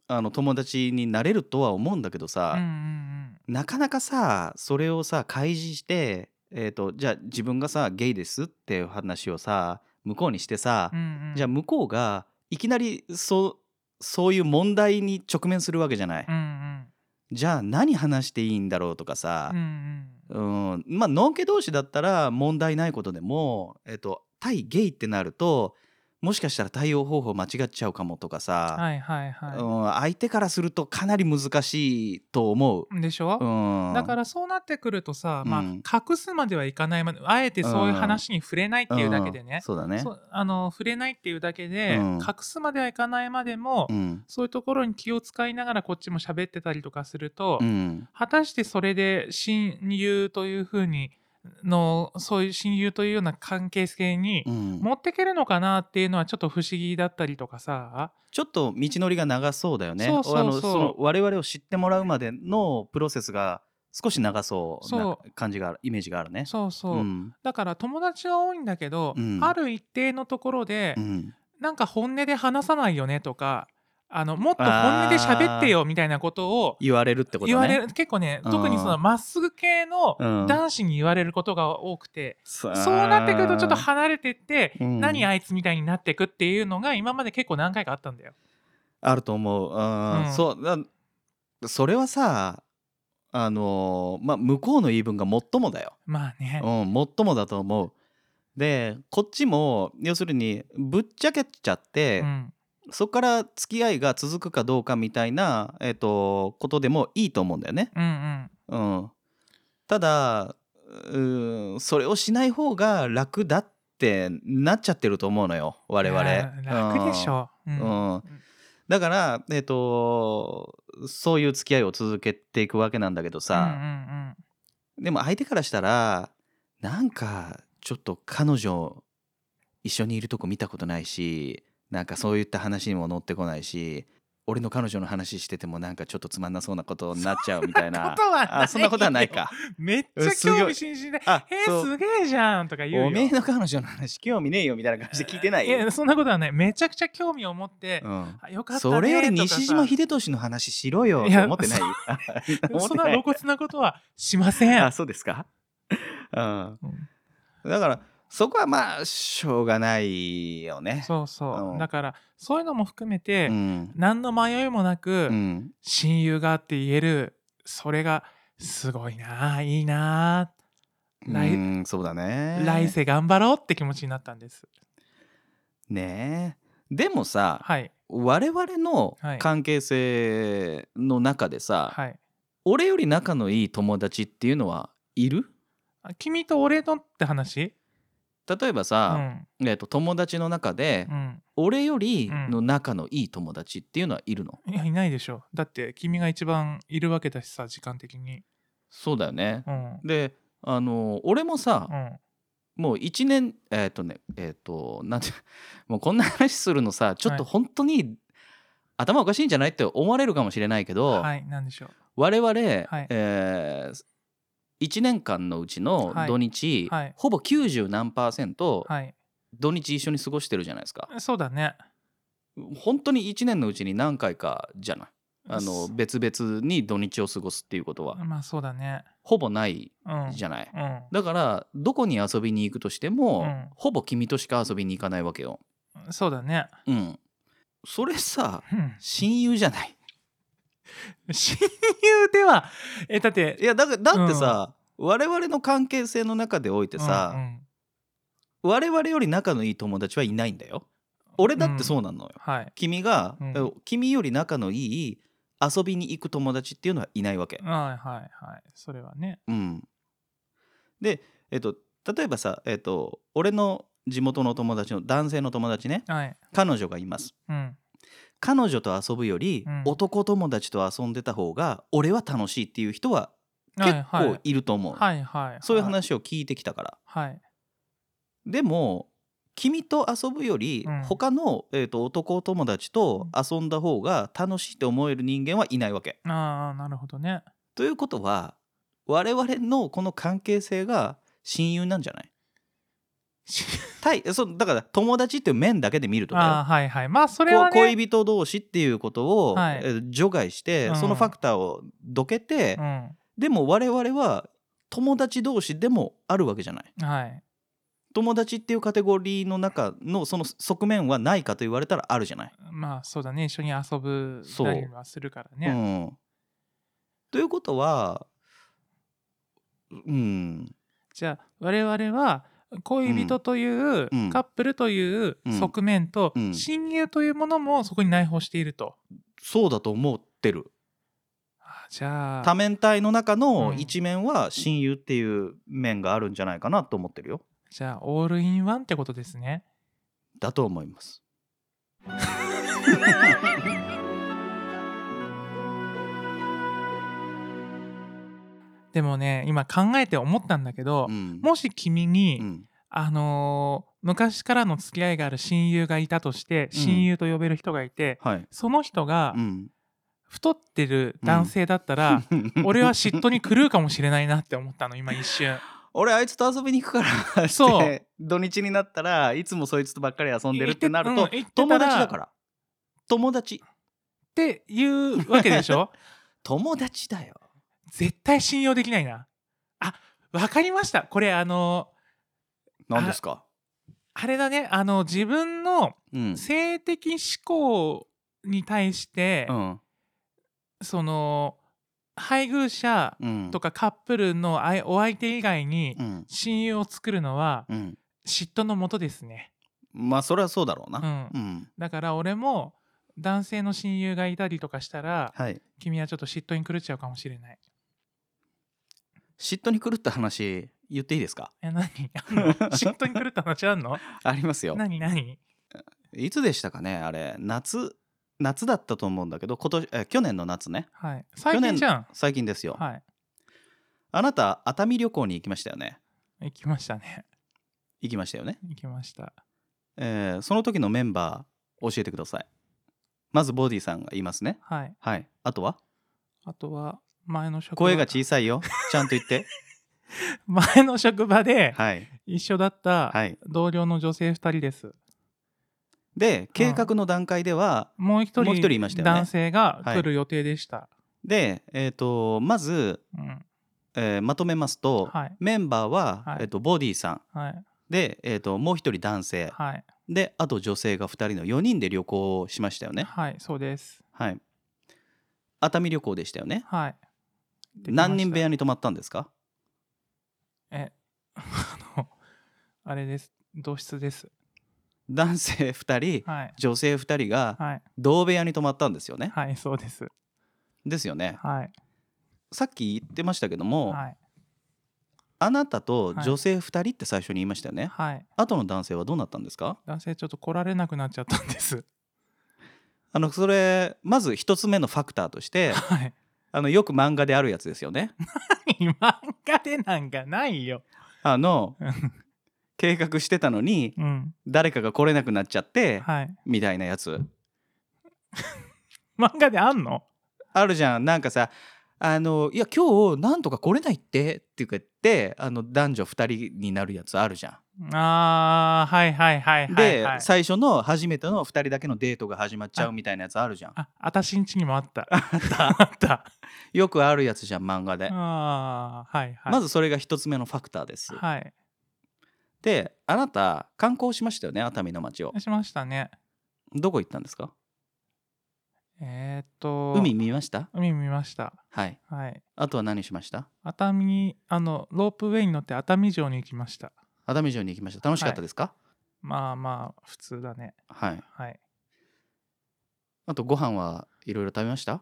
Speaker 1: あの友達になれるとは思うんだけど
Speaker 2: そううんう
Speaker 1: さ、
Speaker 2: ん
Speaker 1: なかなかさそれをさ開示して、えー、とじゃあ自分がさゲイですっていう話をさ向こうにしてさ、
Speaker 2: うんうんうん
Speaker 1: じゃあ向こうがいきなりそうそういう問題に直面するわけじゃない、
Speaker 2: うんうん
Speaker 1: じゃあ何話していいんだろうとかさ
Speaker 2: うんう、ん
Speaker 1: うん、まあのんけ同士だったら問題ないことでも、えっと、対ゲイってなるともしかしたら対応方法間違っちゃうかもとかさ、
Speaker 2: はいはいは
Speaker 1: うん、相手からするとかなり難しいと思う。
Speaker 2: いでしょ、
Speaker 1: うん、
Speaker 2: だからそうなってくるとさ、まあ、
Speaker 1: うん
Speaker 2: 隠すまではいかないまであえてそういう話に触れないっていうだけで
Speaker 1: うん
Speaker 2: ね、
Speaker 1: そうだね。
Speaker 2: そうあの触れないっていうだけで、
Speaker 1: うん
Speaker 2: 隠すまではいかないまでも、
Speaker 1: うん
Speaker 2: そういうところに気を使いながらこっちも喋ってたりとかすると、
Speaker 1: うん
Speaker 2: 果たしてそれで親友というふうにのそういう親友というような関係性に
Speaker 1: うん
Speaker 2: 持ってけるのかなっていうのはちょっと不思議だったりとかさ、
Speaker 1: ちょっと道のりが長そうだよね。
Speaker 2: そうそうそう
Speaker 1: あのその我々を知ってもらうまでのプロセスが少し長そうな
Speaker 2: そ
Speaker 1: 感じがあるイメージがあるね。
Speaker 2: そうそう、
Speaker 1: うん
Speaker 2: だから友達は多いんだけど、
Speaker 1: うん
Speaker 2: ある一定のところで、
Speaker 1: うん
Speaker 2: なんか本音で話さないよねとかあのもっと本音で喋ってよみたいなことを
Speaker 1: 言われるってことね。
Speaker 2: 言われる、結構ね
Speaker 1: うん
Speaker 2: 特にそのまっすぐ系の
Speaker 1: うん
Speaker 2: 男子に言われることが多くて、
Speaker 1: そう
Speaker 2: そうなってくるとちょっと離れてって、
Speaker 1: うん
Speaker 2: 何あいつみたいになってくっていうのが今まで結構何回かあったんだよ。
Speaker 1: あると思う。うん
Speaker 2: うん
Speaker 1: そうだそれはさあのーまあ向こうの言い分が最もだよ。
Speaker 2: まあね。
Speaker 1: うん最もだと思う。でこっちも要するにぶっちゃけちゃって、
Speaker 2: うん
Speaker 1: そこから付き合いが続くかどうかみたいな、えっとことでもいいと思うんだよね。
Speaker 2: うんうん
Speaker 1: うん、ただうーんそれをしない方が楽だってなっちゃってると思うのよ我々
Speaker 2: いや。ー楽でしょ。う
Speaker 1: うんんだから、えっとそういう付き合いを続けていくわけなんだけど
Speaker 2: う
Speaker 1: さ、
Speaker 2: んうん
Speaker 1: でも相手からしたらなんかちょっと彼女一緒にいるとこ見たことないしなんかそういった話にも乗ってこないし俺の彼女の話しててもなんかちょっとつまんなそうなことになっちゃうみたい
Speaker 2: うん
Speaker 1: な。
Speaker 2: ことは
Speaker 1: あそんなことはない。か。
Speaker 2: めっちゃ興味津々で、
Speaker 1: あ
Speaker 2: え
Speaker 1: そう
Speaker 2: ー、すげえじゃんとか言うよ。
Speaker 1: おめえの彼女の話興味ねえよみたいな感じで聞いてない
Speaker 2: いやそんなことはない。めちゃくちゃ興味を持って、
Speaker 1: うん
Speaker 2: あよかったねとかさ。
Speaker 1: それより西島秀俊の話しろよ
Speaker 2: いや
Speaker 1: と思ってない 思っ
Speaker 2: そ
Speaker 1: て
Speaker 2: んな
Speaker 1: な
Speaker 2: 露
Speaker 1: い
Speaker 2: 骨なことはしま せん
Speaker 1: あ。そうですか、うん、
Speaker 2: うん
Speaker 1: だからそこはまあしょうがないよね
Speaker 2: そうそうう。
Speaker 1: ん
Speaker 2: だからそういうのも含めて、
Speaker 1: ん
Speaker 2: 何の迷いもな
Speaker 1: う
Speaker 2: く、
Speaker 1: ん、
Speaker 2: 親友がって言えるそれがすごいなあいいな来
Speaker 1: うんそうだ
Speaker 2: あ、
Speaker 1: ね
Speaker 2: 来世頑張ろうって気持ちになったんです
Speaker 1: ねえでもさ
Speaker 2: はい
Speaker 1: 我々の
Speaker 2: はい
Speaker 1: 関係性の中でさ、
Speaker 2: はい
Speaker 1: 俺より仲のいい友達っていうのはいる
Speaker 2: あ君と俺のって話
Speaker 1: 例えば
Speaker 2: う
Speaker 1: さ、
Speaker 2: ん
Speaker 1: えっと友達の中で、
Speaker 2: うん
Speaker 1: 俺よりの仲のいい友達っていうのはいるの、
Speaker 2: いやいないでしょだって君が一番いるわけだしさ時間的に
Speaker 1: そうだよね
Speaker 2: う、ん
Speaker 1: であの俺もさ、
Speaker 2: うん
Speaker 1: もう1年えっ、とねえっ、となんて もうこんな話するのさちょっと
Speaker 2: は
Speaker 1: 本当に頭おかしいんじゃないって思われるかもしれないけど、
Speaker 2: はいなんでしょう
Speaker 1: 我々、
Speaker 2: い
Speaker 1: え1年間のうちの土日、
Speaker 2: はいはい
Speaker 1: ほぼ90何パーセント
Speaker 2: はい
Speaker 1: 土日一緒に過ごしてるじゃないですか、
Speaker 2: そうだね
Speaker 1: 本当に1年のうちに何回かじゃないあの
Speaker 2: す
Speaker 1: 別々に土日を過ごすっていうことは
Speaker 2: まあそうだね
Speaker 1: ほぼない
Speaker 2: うん
Speaker 1: じゃない、
Speaker 2: うん
Speaker 1: だからどこに遊びに行くとしても、
Speaker 2: うん
Speaker 1: ほぼ君としか遊びに行かないわけよ
Speaker 2: そうだね
Speaker 1: うんそれさ
Speaker 2: うん
Speaker 1: 親友じゃない
Speaker 2: 親友ではえだって
Speaker 1: いやだだってさ、我々の関係性の中でおいてさ、
Speaker 2: うんうん
Speaker 1: 我々より仲のいい友達はいないんだよ俺だってそうなのよ、
Speaker 2: はい
Speaker 1: 君が、
Speaker 2: うん
Speaker 1: え君より仲のいい遊びに行く友達っていうのはいないわけ
Speaker 2: はいはいはいそれはね
Speaker 1: うんで、えっと、例えばさ、えっと、俺の地元の友達の男性の友達ね
Speaker 2: はい。
Speaker 1: 彼女がいます
Speaker 2: うん。
Speaker 1: 彼女と遊ぶより、
Speaker 2: うん
Speaker 1: 男友達と遊んでた方が俺は楽しいっていう人は
Speaker 2: はい
Speaker 1: 結
Speaker 2: は
Speaker 1: 構
Speaker 2: い。
Speaker 1: いると思う、
Speaker 2: はいはい。
Speaker 1: そういう。話を聞いてきたから、
Speaker 2: はい。
Speaker 1: でも君と遊ぶより、
Speaker 2: うん
Speaker 1: 他の、えー、と男友達と遊んだ方が楽しいって思える人間はいないわけ。
Speaker 2: ああ、なるほどね。
Speaker 1: ということは我々のこの関係性が親友なんじゃ ない対そうだから友達っていう面だけで見るとだよ
Speaker 2: ああ、はいはい。まあ、それ
Speaker 1: こ
Speaker 2: は
Speaker 1: う
Speaker 2: ね。
Speaker 1: 恋人同士っていうことを、
Speaker 2: はい
Speaker 1: えー除外して、
Speaker 2: うん
Speaker 1: そのファクターをどけて、
Speaker 2: う
Speaker 1: でも我々は友達同士でもあるわけじゃない。
Speaker 2: ん。はい。
Speaker 1: 友達っていうカテゴリーの中のその側面はないかと言われたらあるじゃない。
Speaker 2: まあ、そうだね。一緒に遊ぶ
Speaker 1: そう
Speaker 2: たりはするから
Speaker 1: う
Speaker 2: ね。
Speaker 1: ん、ということはうん
Speaker 2: じゃあ、我々は、恋人という、
Speaker 1: うん
Speaker 2: カップルという
Speaker 1: うん
Speaker 2: 側面と、
Speaker 1: うん
Speaker 2: 親友というものもそこに内包していると。
Speaker 1: そうだと思ってる
Speaker 2: あじゃ
Speaker 1: 多
Speaker 2: あ、
Speaker 1: 面体の中の
Speaker 2: うん
Speaker 1: 一面は親友っていう面があるんじゃないかなと思ってるよ
Speaker 2: じゃあ、オールインワンってことですね。
Speaker 1: だと思います。
Speaker 2: でもね、今考えて思ったんだけど、
Speaker 1: うん
Speaker 2: もし君に、
Speaker 1: うん
Speaker 2: あのー昔からの付き合いがある親友がいたとして、
Speaker 1: うん
Speaker 2: 親友と呼べる人がいて、
Speaker 1: はい
Speaker 2: その人が
Speaker 1: うん
Speaker 2: 太ってる男性だったら、俺は嫉妬に狂うかもしれないなって思ったの、今一瞬。
Speaker 1: 俺あいつと遊びに行くから
Speaker 2: そ
Speaker 1: っ
Speaker 2: う
Speaker 1: て 土日になったらいつもそいつとばっかり遊んでるってなると、
Speaker 2: うん言ってた。
Speaker 1: 友達だからら友達
Speaker 2: っていうわけでしょ
Speaker 1: 友達だよ
Speaker 2: 絶対信用できないな。あ、わかりました。これあの
Speaker 1: 何ですか
Speaker 2: ーあれだね、あの、自分の
Speaker 1: うん
Speaker 2: 性的思考に対して、
Speaker 1: うん
Speaker 2: その、配偶者
Speaker 1: うん
Speaker 2: とかカップルのあいお相手以外に
Speaker 1: うん
Speaker 2: 親友を作るのは
Speaker 1: うん
Speaker 2: 嫉妬のもとですね。
Speaker 1: まあそれはそうだろう
Speaker 2: う
Speaker 1: な。
Speaker 2: ん
Speaker 1: う。ん。
Speaker 2: だから俺も男性の親友がいたりとかしたら、
Speaker 1: はい。
Speaker 2: 君はちょっと嫉妬に狂っちゃうかもしれない。
Speaker 1: 嫉妬に狂った話言っていいですか？
Speaker 2: え、何あんの嫉妬に狂った話 あんの
Speaker 1: ありますよ。
Speaker 2: 何何
Speaker 1: いつでしたかねあれ夏夏だったと思うんだけど今年え去年の夏ね
Speaker 2: はい。最近じゃん。
Speaker 1: 最近ですよ。
Speaker 2: はい。
Speaker 1: あなた熱海旅行に行きましたよね。
Speaker 2: 行きましたね。
Speaker 1: 行きましたよね。
Speaker 2: 行きました。
Speaker 1: えーその時のメンバー教えてください。まずボディさんがいますね。
Speaker 2: はい。
Speaker 1: はい。あとは
Speaker 2: あとは、前の職場
Speaker 1: 声が小さいよ。ちゃんと言 って。
Speaker 2: 前の職場で
Speaker 1: はい。
Speaker 2: 一緒だった
Speaker 1: はい。
Speaker 2: 同僚の女性2人です。
Speaker 1: で計画の段階では、
Speaker 2: もう一
Speaker 1: もう一人いま
Speaker 2: 人
Speaker 1: したよね
Speaker 2: 男性が来る予定でした。
Speaker 1: でえっ、とまず、
Speaker 2: うん。
Speaker 1: えーまとめますと、
Speaker 2: はい。
Speaker 1: メンバーは、
Speaker 2: はい
Speaker 1: えっとボディさん
Speaker 2: はい。
Speaker 1: で、えっともう一人男性
Speaker 2: はい。
Speaker 1: であと女性が2人の4人で旅行をしましたよね
Speaker 2: はい。そうです。
Speaker 1: はい熱海旅行でしたよね
Speaker 2: はい。できました
Speaker 1: 何人部屋に泊まったんですか
Speaker 2: え、 あの、あれです。同室です。
Speaker 1: 男性2人
Speaker 2: はい。
Speaker 1: 女性2人が
Speaker 2: はい。
Speaker 1: 同部屋に泊まったんですよね
Speaker 2: はい。そうです。
Speaker 1: ですよね
Speaker 2: はい。
Speaker 1: さっき言ってましたけども、
Speaker 2: はい。
Speaker 1: あなたと女性2人って最初に言いましたよね、
Speaker 2: はい。
Speaker 1: 後の男性はどうなったんですか
Speaker 2: 男性ちょっと来られなくなっちゃったんです。
Speaker 1: あのそれまず1つ目のファクターとして
Speaker 2: はい。
Speaker 1: あのよく漫画であるやつですよ ね
Speaker 2: 漫画でなんかないよ。
Speaker 1: あの
Speaker 2: うん
Speaker 1: 計画してたのに
Speaker 2: うん。
Speaker 1: 誰かが来れなくなっちゃって
Speaker 2: はい。
Speaker 1: みたいなやつ
Speaker 2: 漫画であんの
Speaker 1: あるじゃんなんかさあのいや今日なんとか来れないってって言ってあの男女2人になるやつあるじゃ
Speaker 2: あー、はいはいはい
Speaker 1: ん。
Speaker 2: はい、
Speaker 1: で、
Speaker 2: はい。
Speaker 1: 最初の初めての2人だけのデートが始まっちゃうみたいなやつあるじゃん。
Speaker 2: あ、あたしんちにも あった。あった。 あった。
Speaker 1: よくあるやつじゃん漫画で。
Speaker 2: あー、はいはい。
Speaker 1: まずそれが1つ目のファクターです。
Speaker 2: はい。
Speaker 1: であなた観光しましたよね熱海の町を。
Speaker 2: しましたね。
Speaker 1: どこ行ったんですか
Speaker 2: えー、っと。
Speaker 1: 海。見ました
Speaker 2: 海見ました。
Speaker 1: はい。
Speaker 2: はい。
Speaker 1: あとは何しました
Speaker 2: 熱海に、あの、ロープウェイに乗って熱海城に行きました。
Speaker 1: 熱海城に行きました楽しかったですか
Speaker 2: まあまあ、普通だね。
Speaker 1: はい、
Speaker 2: はい。
Speaker 1: あとご飯はいろいろ食べました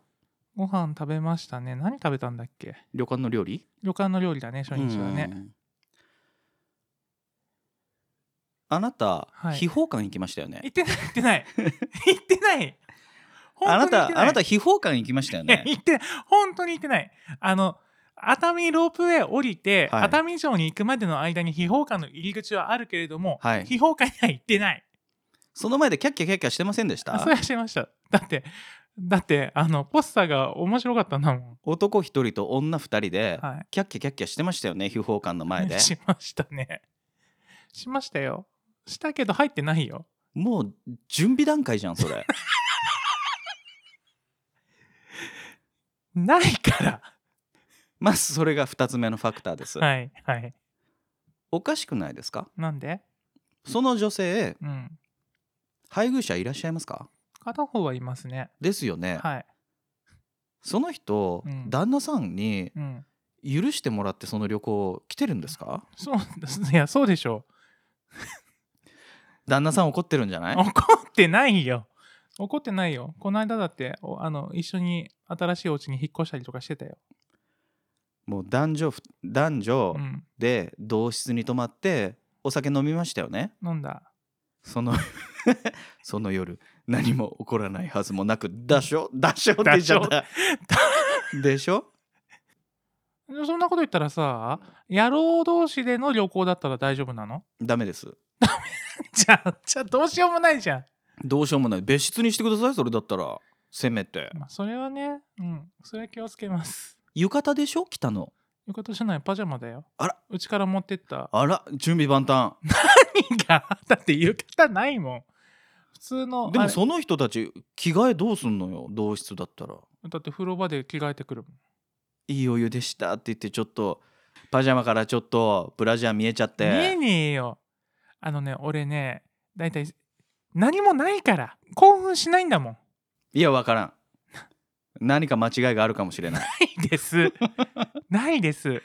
Speaker 2: ご飯食べましたね。何食べたんだっけ
Speaker 1: 旅館の料理
Speaker 2: 旅館の料理だね、初日はね。
Speaker 1: うんあなた、
Speaker 2: はい
Speaker 1: 秘宝館行きましたよね
Speaker 2: 行ってない行ってない 行ってない
Speaker 1: あなたあなた
Speaker 2: 行っ
Speaker 1: 秘宝館行きましたよ
Speaker 2: てない
Speaker 1: ね
Speaker 2: 行ってない本当に行ってないあの熱海ロープウェイ降りて、
Speaker 1: はい
Speaker 2: 熱海城に行くまでの間に秘宝館の入り口はあるけれども、
Speaker 1: はい
Speaker 2: 秘宝館には行ってない
Speaker 1: その前でキャッキャキャッキャしてませんでし
Speaker 2: あ
Speaker 1: た
Speaker 2: それはしてましただってだってあのポスターが面白かったんだもん
Speaker 1: 男一人と女二人で、
Speaker 2: は
Speaker 1: キャッキャキャッキャしてましたよね秘宝館の前で
Speaker 2: い しましたねしましたよしたけど入ってないよ
Speaker 1: もう準備段階じゃんそ れ
Speaker 2: ないから
Speaker 1: まずそれが2つ目のファクターです、
Speaker 2: はいはい
Speaker 1: おかしくないですか
Speaker 2: なんで
Speaker 1: その女性
Speaker 2: うん
Speaker 1: 配偶者いらっしゃいますか
Speaker 2: 片方はいますね
Speaker 1: ですよね、
Speaker 2: はい
Speaker 1: その人、
Speaker 2: うん
Speaker 1: 旦那さんに
Speaker 2: うん
Speaker 1: 許してもらってその旅行来てるんですか
Speaker 2: そうですいやそうでしょ
Speaker 1: 旦那さん怒ってるんじゃ
Speaker 2: う
Speaker 1: ない
Speaker 2: 怒ってないよ怒ってないよこの間だっておあの一緒に新しいお家に引っ越したりとかしてたよ、
Speaker 1: もう男女ふ男女
Speaker 2: うん、
Speaker 1: で同室に泊まってお酒飲みましたよね
Speaker 2: 飲んだ
Speaker 1: その その夜何も起こらないはずもなく「だしょだしょ」って言っちゃった でしょ
Speaker 2: でそんなこと言ったらさ野郎同士での旅行だったら大丈夫なの
Speaker 1: ダメです
Speaker 2: じゃあじゃあどうしようもないじゃん
Speaker 1: どうしようもない別室にしてくださいそれだったらせめて
Speaker 2: まあ、それはね、うん、それは気をつけます。
Speaker 1: 浴衣でしょ着たの
Speaker 2: 浴衣じゃない、パジャマだよ。
Speaker 1: あら、
Speaker 2: うちから持ってった。
Speaker 1: あら準備万端
Speaker 2: 何が だって浴衣ないもん。普通の、
Speaker 1: で
Speaker 2: あ
Speaker 1: も
Speaker 2: れ
Speaker 1: その人たち着替えどうすんのよ同室だったら
Speaker 2: だって風呂場で着替えてくるもん。
Speaker 1: いいお湯でしたって言ってちょっとパジャマからちょっとブラジャー見えちゃっ
Speaker 2: 見え
Speaker 1: て
Speaker 2: ねえよ。あのね、俺ね、だいたい何もないから、興奮しないんだもん。
Speaker 1: いやわからん何か間違いがあるかもしれ ない
Speaker 2: な いです。ないです。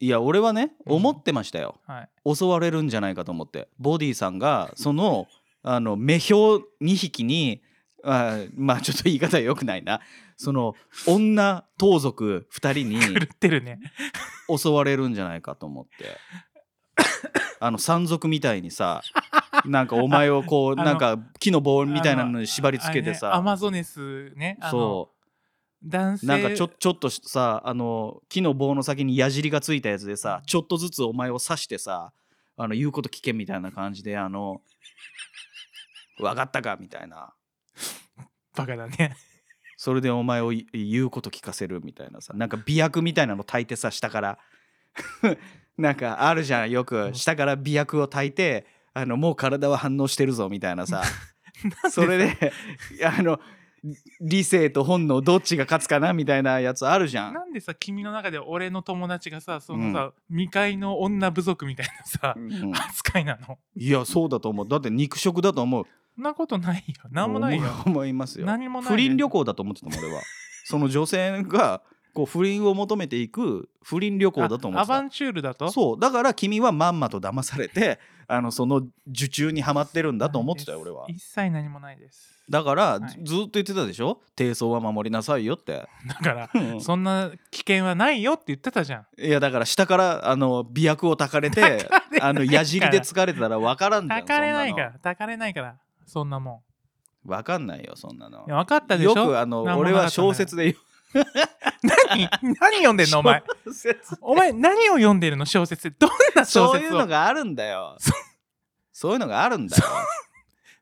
Speaker 1: いや俺はね
Speaker 2: うん
Speaker 1: 思ってましたよ、
Speaker 2: はい。
Speaker 1: 襲われるんじゃないかと思ってボディさんがそのあの目標2匹にあーまあちょっと言い方良くないなその女盗賊2人
Speaker 2: 狂ってるね。
Speaker 1: に襲われるんじゃないかと思ってあの山賊みたいにさなんかお前をこう
Speaker 2: あの
Speaker 1: なんか木の棒みたいなのに縛り付けて
Speaker 2: あのあれねア
Speaker 1: さ
Speaker 2: マゾネスね。あの
Speaker 1: そ
Speaker 2: 男性
Speaker 1: うなんかちょちょっとさあの木の棒の先に矢尻がついたやつでさちょっとずつお前を刺してさあの言うこと聞けみたいな感じであの分かったかみたいな
Speaker 2: バカだね。
Speaker 1: それでお前をい言うこと聞かせるみたいなさなんか媚薬みたいなの炊いてさ下から なんかあるじゃんよく下から媚薬を炊いてあのもう体は反応してるぞみたいな さ それであの理性と本能どっちが勝つかなみたいなやつあるじゃん
Speaker 2: なんでさ君の中で俺の友達がさそのさ、未開の女部族みたいなさ、
Speaker 1: うん
Speaker 2: 扱いなの
Speaker 1: いやそうだと思うだって肉食だと思う
Speaker 2: そんなことないよなんもないよ
Speaker 1: 思う思い ますよ
Speaker 2: 何もない
Speaker 1: 不倫旅行だと思ってたもん俺はその女性がこう不倫を求めていく不倫旅行だと思っ
Speaker 2: あ
Speaker 1: て
Speaker 2: ア
Speaker 1: た
Speaker 2: バンチュールだと
Speaker 1: そうだから君はまんまと騙されて あのその受注にはまってるんだと思ってたよ
Speaker 2: な
Speaker 1: 俺
Speaker 2: いです
Speaker 1: は
Speaker 2: 一切何もないです
Speaker 1: だから、
Speaker 2: はい
Speaker 1: ずずっと言ってたでしょ低層 は守りなさいよって、
Speaker 2: だから
Speaker 1: うん
Speaker 2: そんな危険はないよって言ってたじゃん
Speaker 1: いやだから下からあの媚薬をたかれ て あの矢尻で疲れてたら分からんじゃん
Speaker 2: たかれない
Speaker 1: そん
Speaker 2: か
Speaker 1: なの
Speaker 2: らたかれないからそんなも
Speaker 1: 分かんないよそんなの
Speaker 2: んいや分かったでしょ
Speaker 1: よくあの
Speaker 2: 何もな
Speaker 1: 俺
Speaker 2: かった
Speaker 1: は小説で
Speaker 2: 何何読ん でんのお前
Speaker 1: 小説
Speaker 2: お前何を読んでるの小説ってどん な小説を
Speaker 1: そういうのがあるんだよ
Speaker 2: そ
Speaker 1: そういうのがあるんだよ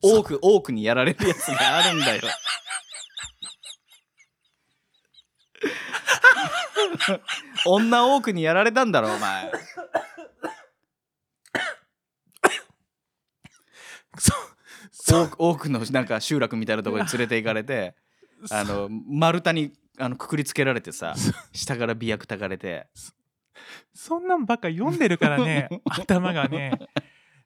Speaker 1: 多く多くにやられるやつがあるんだ よ女多くにやられたんだろお前
Speaker 2: そ
Speaker 1: 多く多くのなんか集落みたいなところに連れて行かれてあの丸太にあのくくりつけられてさ下から媚薬たかれて
Speaker 2: そんなんばっか読んでるか らね頭がね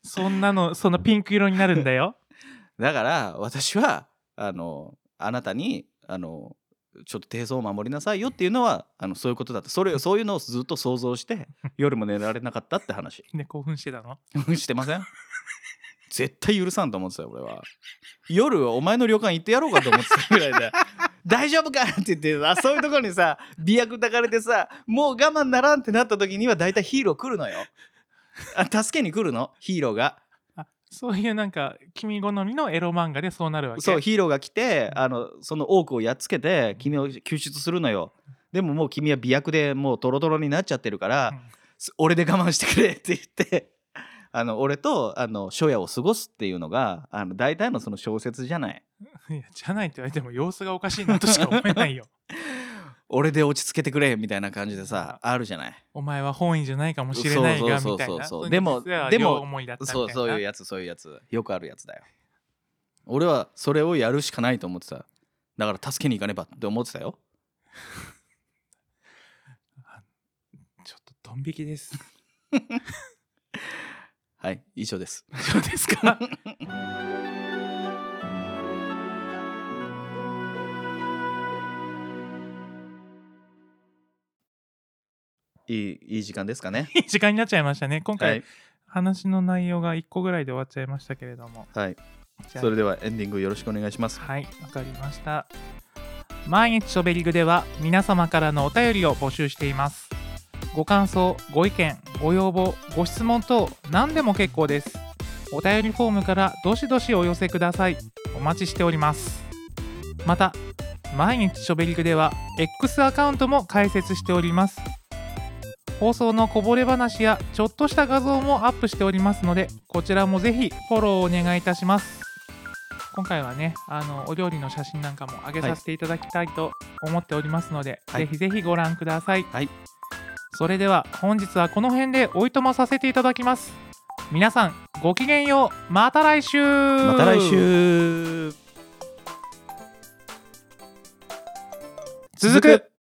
Speaker 2: そんなのそんなピンク色になるんだよ
Speaker 1: だから私はあのあなたにあのちょっと低層を守りなさいよっていうのはあのそういうことだってそれそういうのをずっと想像して夜も寝られなかったって話
Speaker 2: で興奮してたの
Speaker 1: してません絶対許さんと思ってたよ俺は夜お前の旅館行ってやろうかと思ってたぐらいで 大丈夫かって言ってさそういうところにさ媚薬たかれてさもう我慢ならんってなった時には大体ヒーロー来るのよあ助けに来るのヒーローが
Speaker 2: そういうなんか君好みのエロ漫画でそうなるわけ
Speaker 1: そうヒーローが来てあのその多くをやっつけて
Speaker 2: ん
Speaker 1: 君を救出するのよでももう君は媚薬でもうトロトロになっちゃってるから、
Speaker 2: うん
Speaker 1: す俺で我慢してくれって言ってあの俺とあの初夜を過ごすっていうのがあの大体のその小説じゃない
Speaker 2: いやじゃないって言われても様子がおかしいなとしか思えないよ
Speaker 1: 俺で落ち着けてくれみたいな感じでさあるじゃない
Speaker 2: お前は本意じゃないかもしれないが
Speaker 1: そうそうそうそう
Speaker 2: みたいな
Speaker 1: そう
Speaker 2: れ
Speaker 1: でも
Speaker 2: 実は
Speaker 1: でも
Speaker 2: 両思いだったみたい
Speaker 1: そ
Speaker 2: な
Speaker 1: うそういうやつそういうやつよくあるやつだよ俺はそれをやるしかないと思ってただから助けに行かねばって思ってたよ
Speaker 2: ちょっとドン引きです
Speaker 1: はい以上 です
Speaker 2: そうですか
Speaker 1: いいいい時間ですかね
Speaker 2: いい時間になっちゃいましたね今
Speaker 1: は
Speaker 2: 回、
Speaker 1: い
Speaker 2: 話の内容が1個ぐらいで終わっちゃいましたけれども
Speaker 1: はい
Speaker 2: じゃあ
Speaker 1: それではエンディングよろしくお願いします
Speaker 2: はい、わかりました。毎日ショベリグでは皆様からのお便りを募集しています。ご感想、ご意見、ご要望、ご質問等何でも結構です。お便りフォームからどしどしお寄せください。お待ちしております。また、毎日ショベリグでは X アカウントも開設しております。放送のこぼれ話やちょっとした画像もアップしておりますので、こちらもぜひフォローをお願いいたします。今回はねあのお料理の写真なんかも上げさせていただきたいと思っておりますので、
Speaker 1: はい
Speaker 2: ぜひぜひご覧ください、
Speaker 1: はい
Speaker 2: それでは本日はこの辺でおいとまさせていただきます皆さんごきげんようまた来週
Speaker 1: また来週
Speaker 2: 続く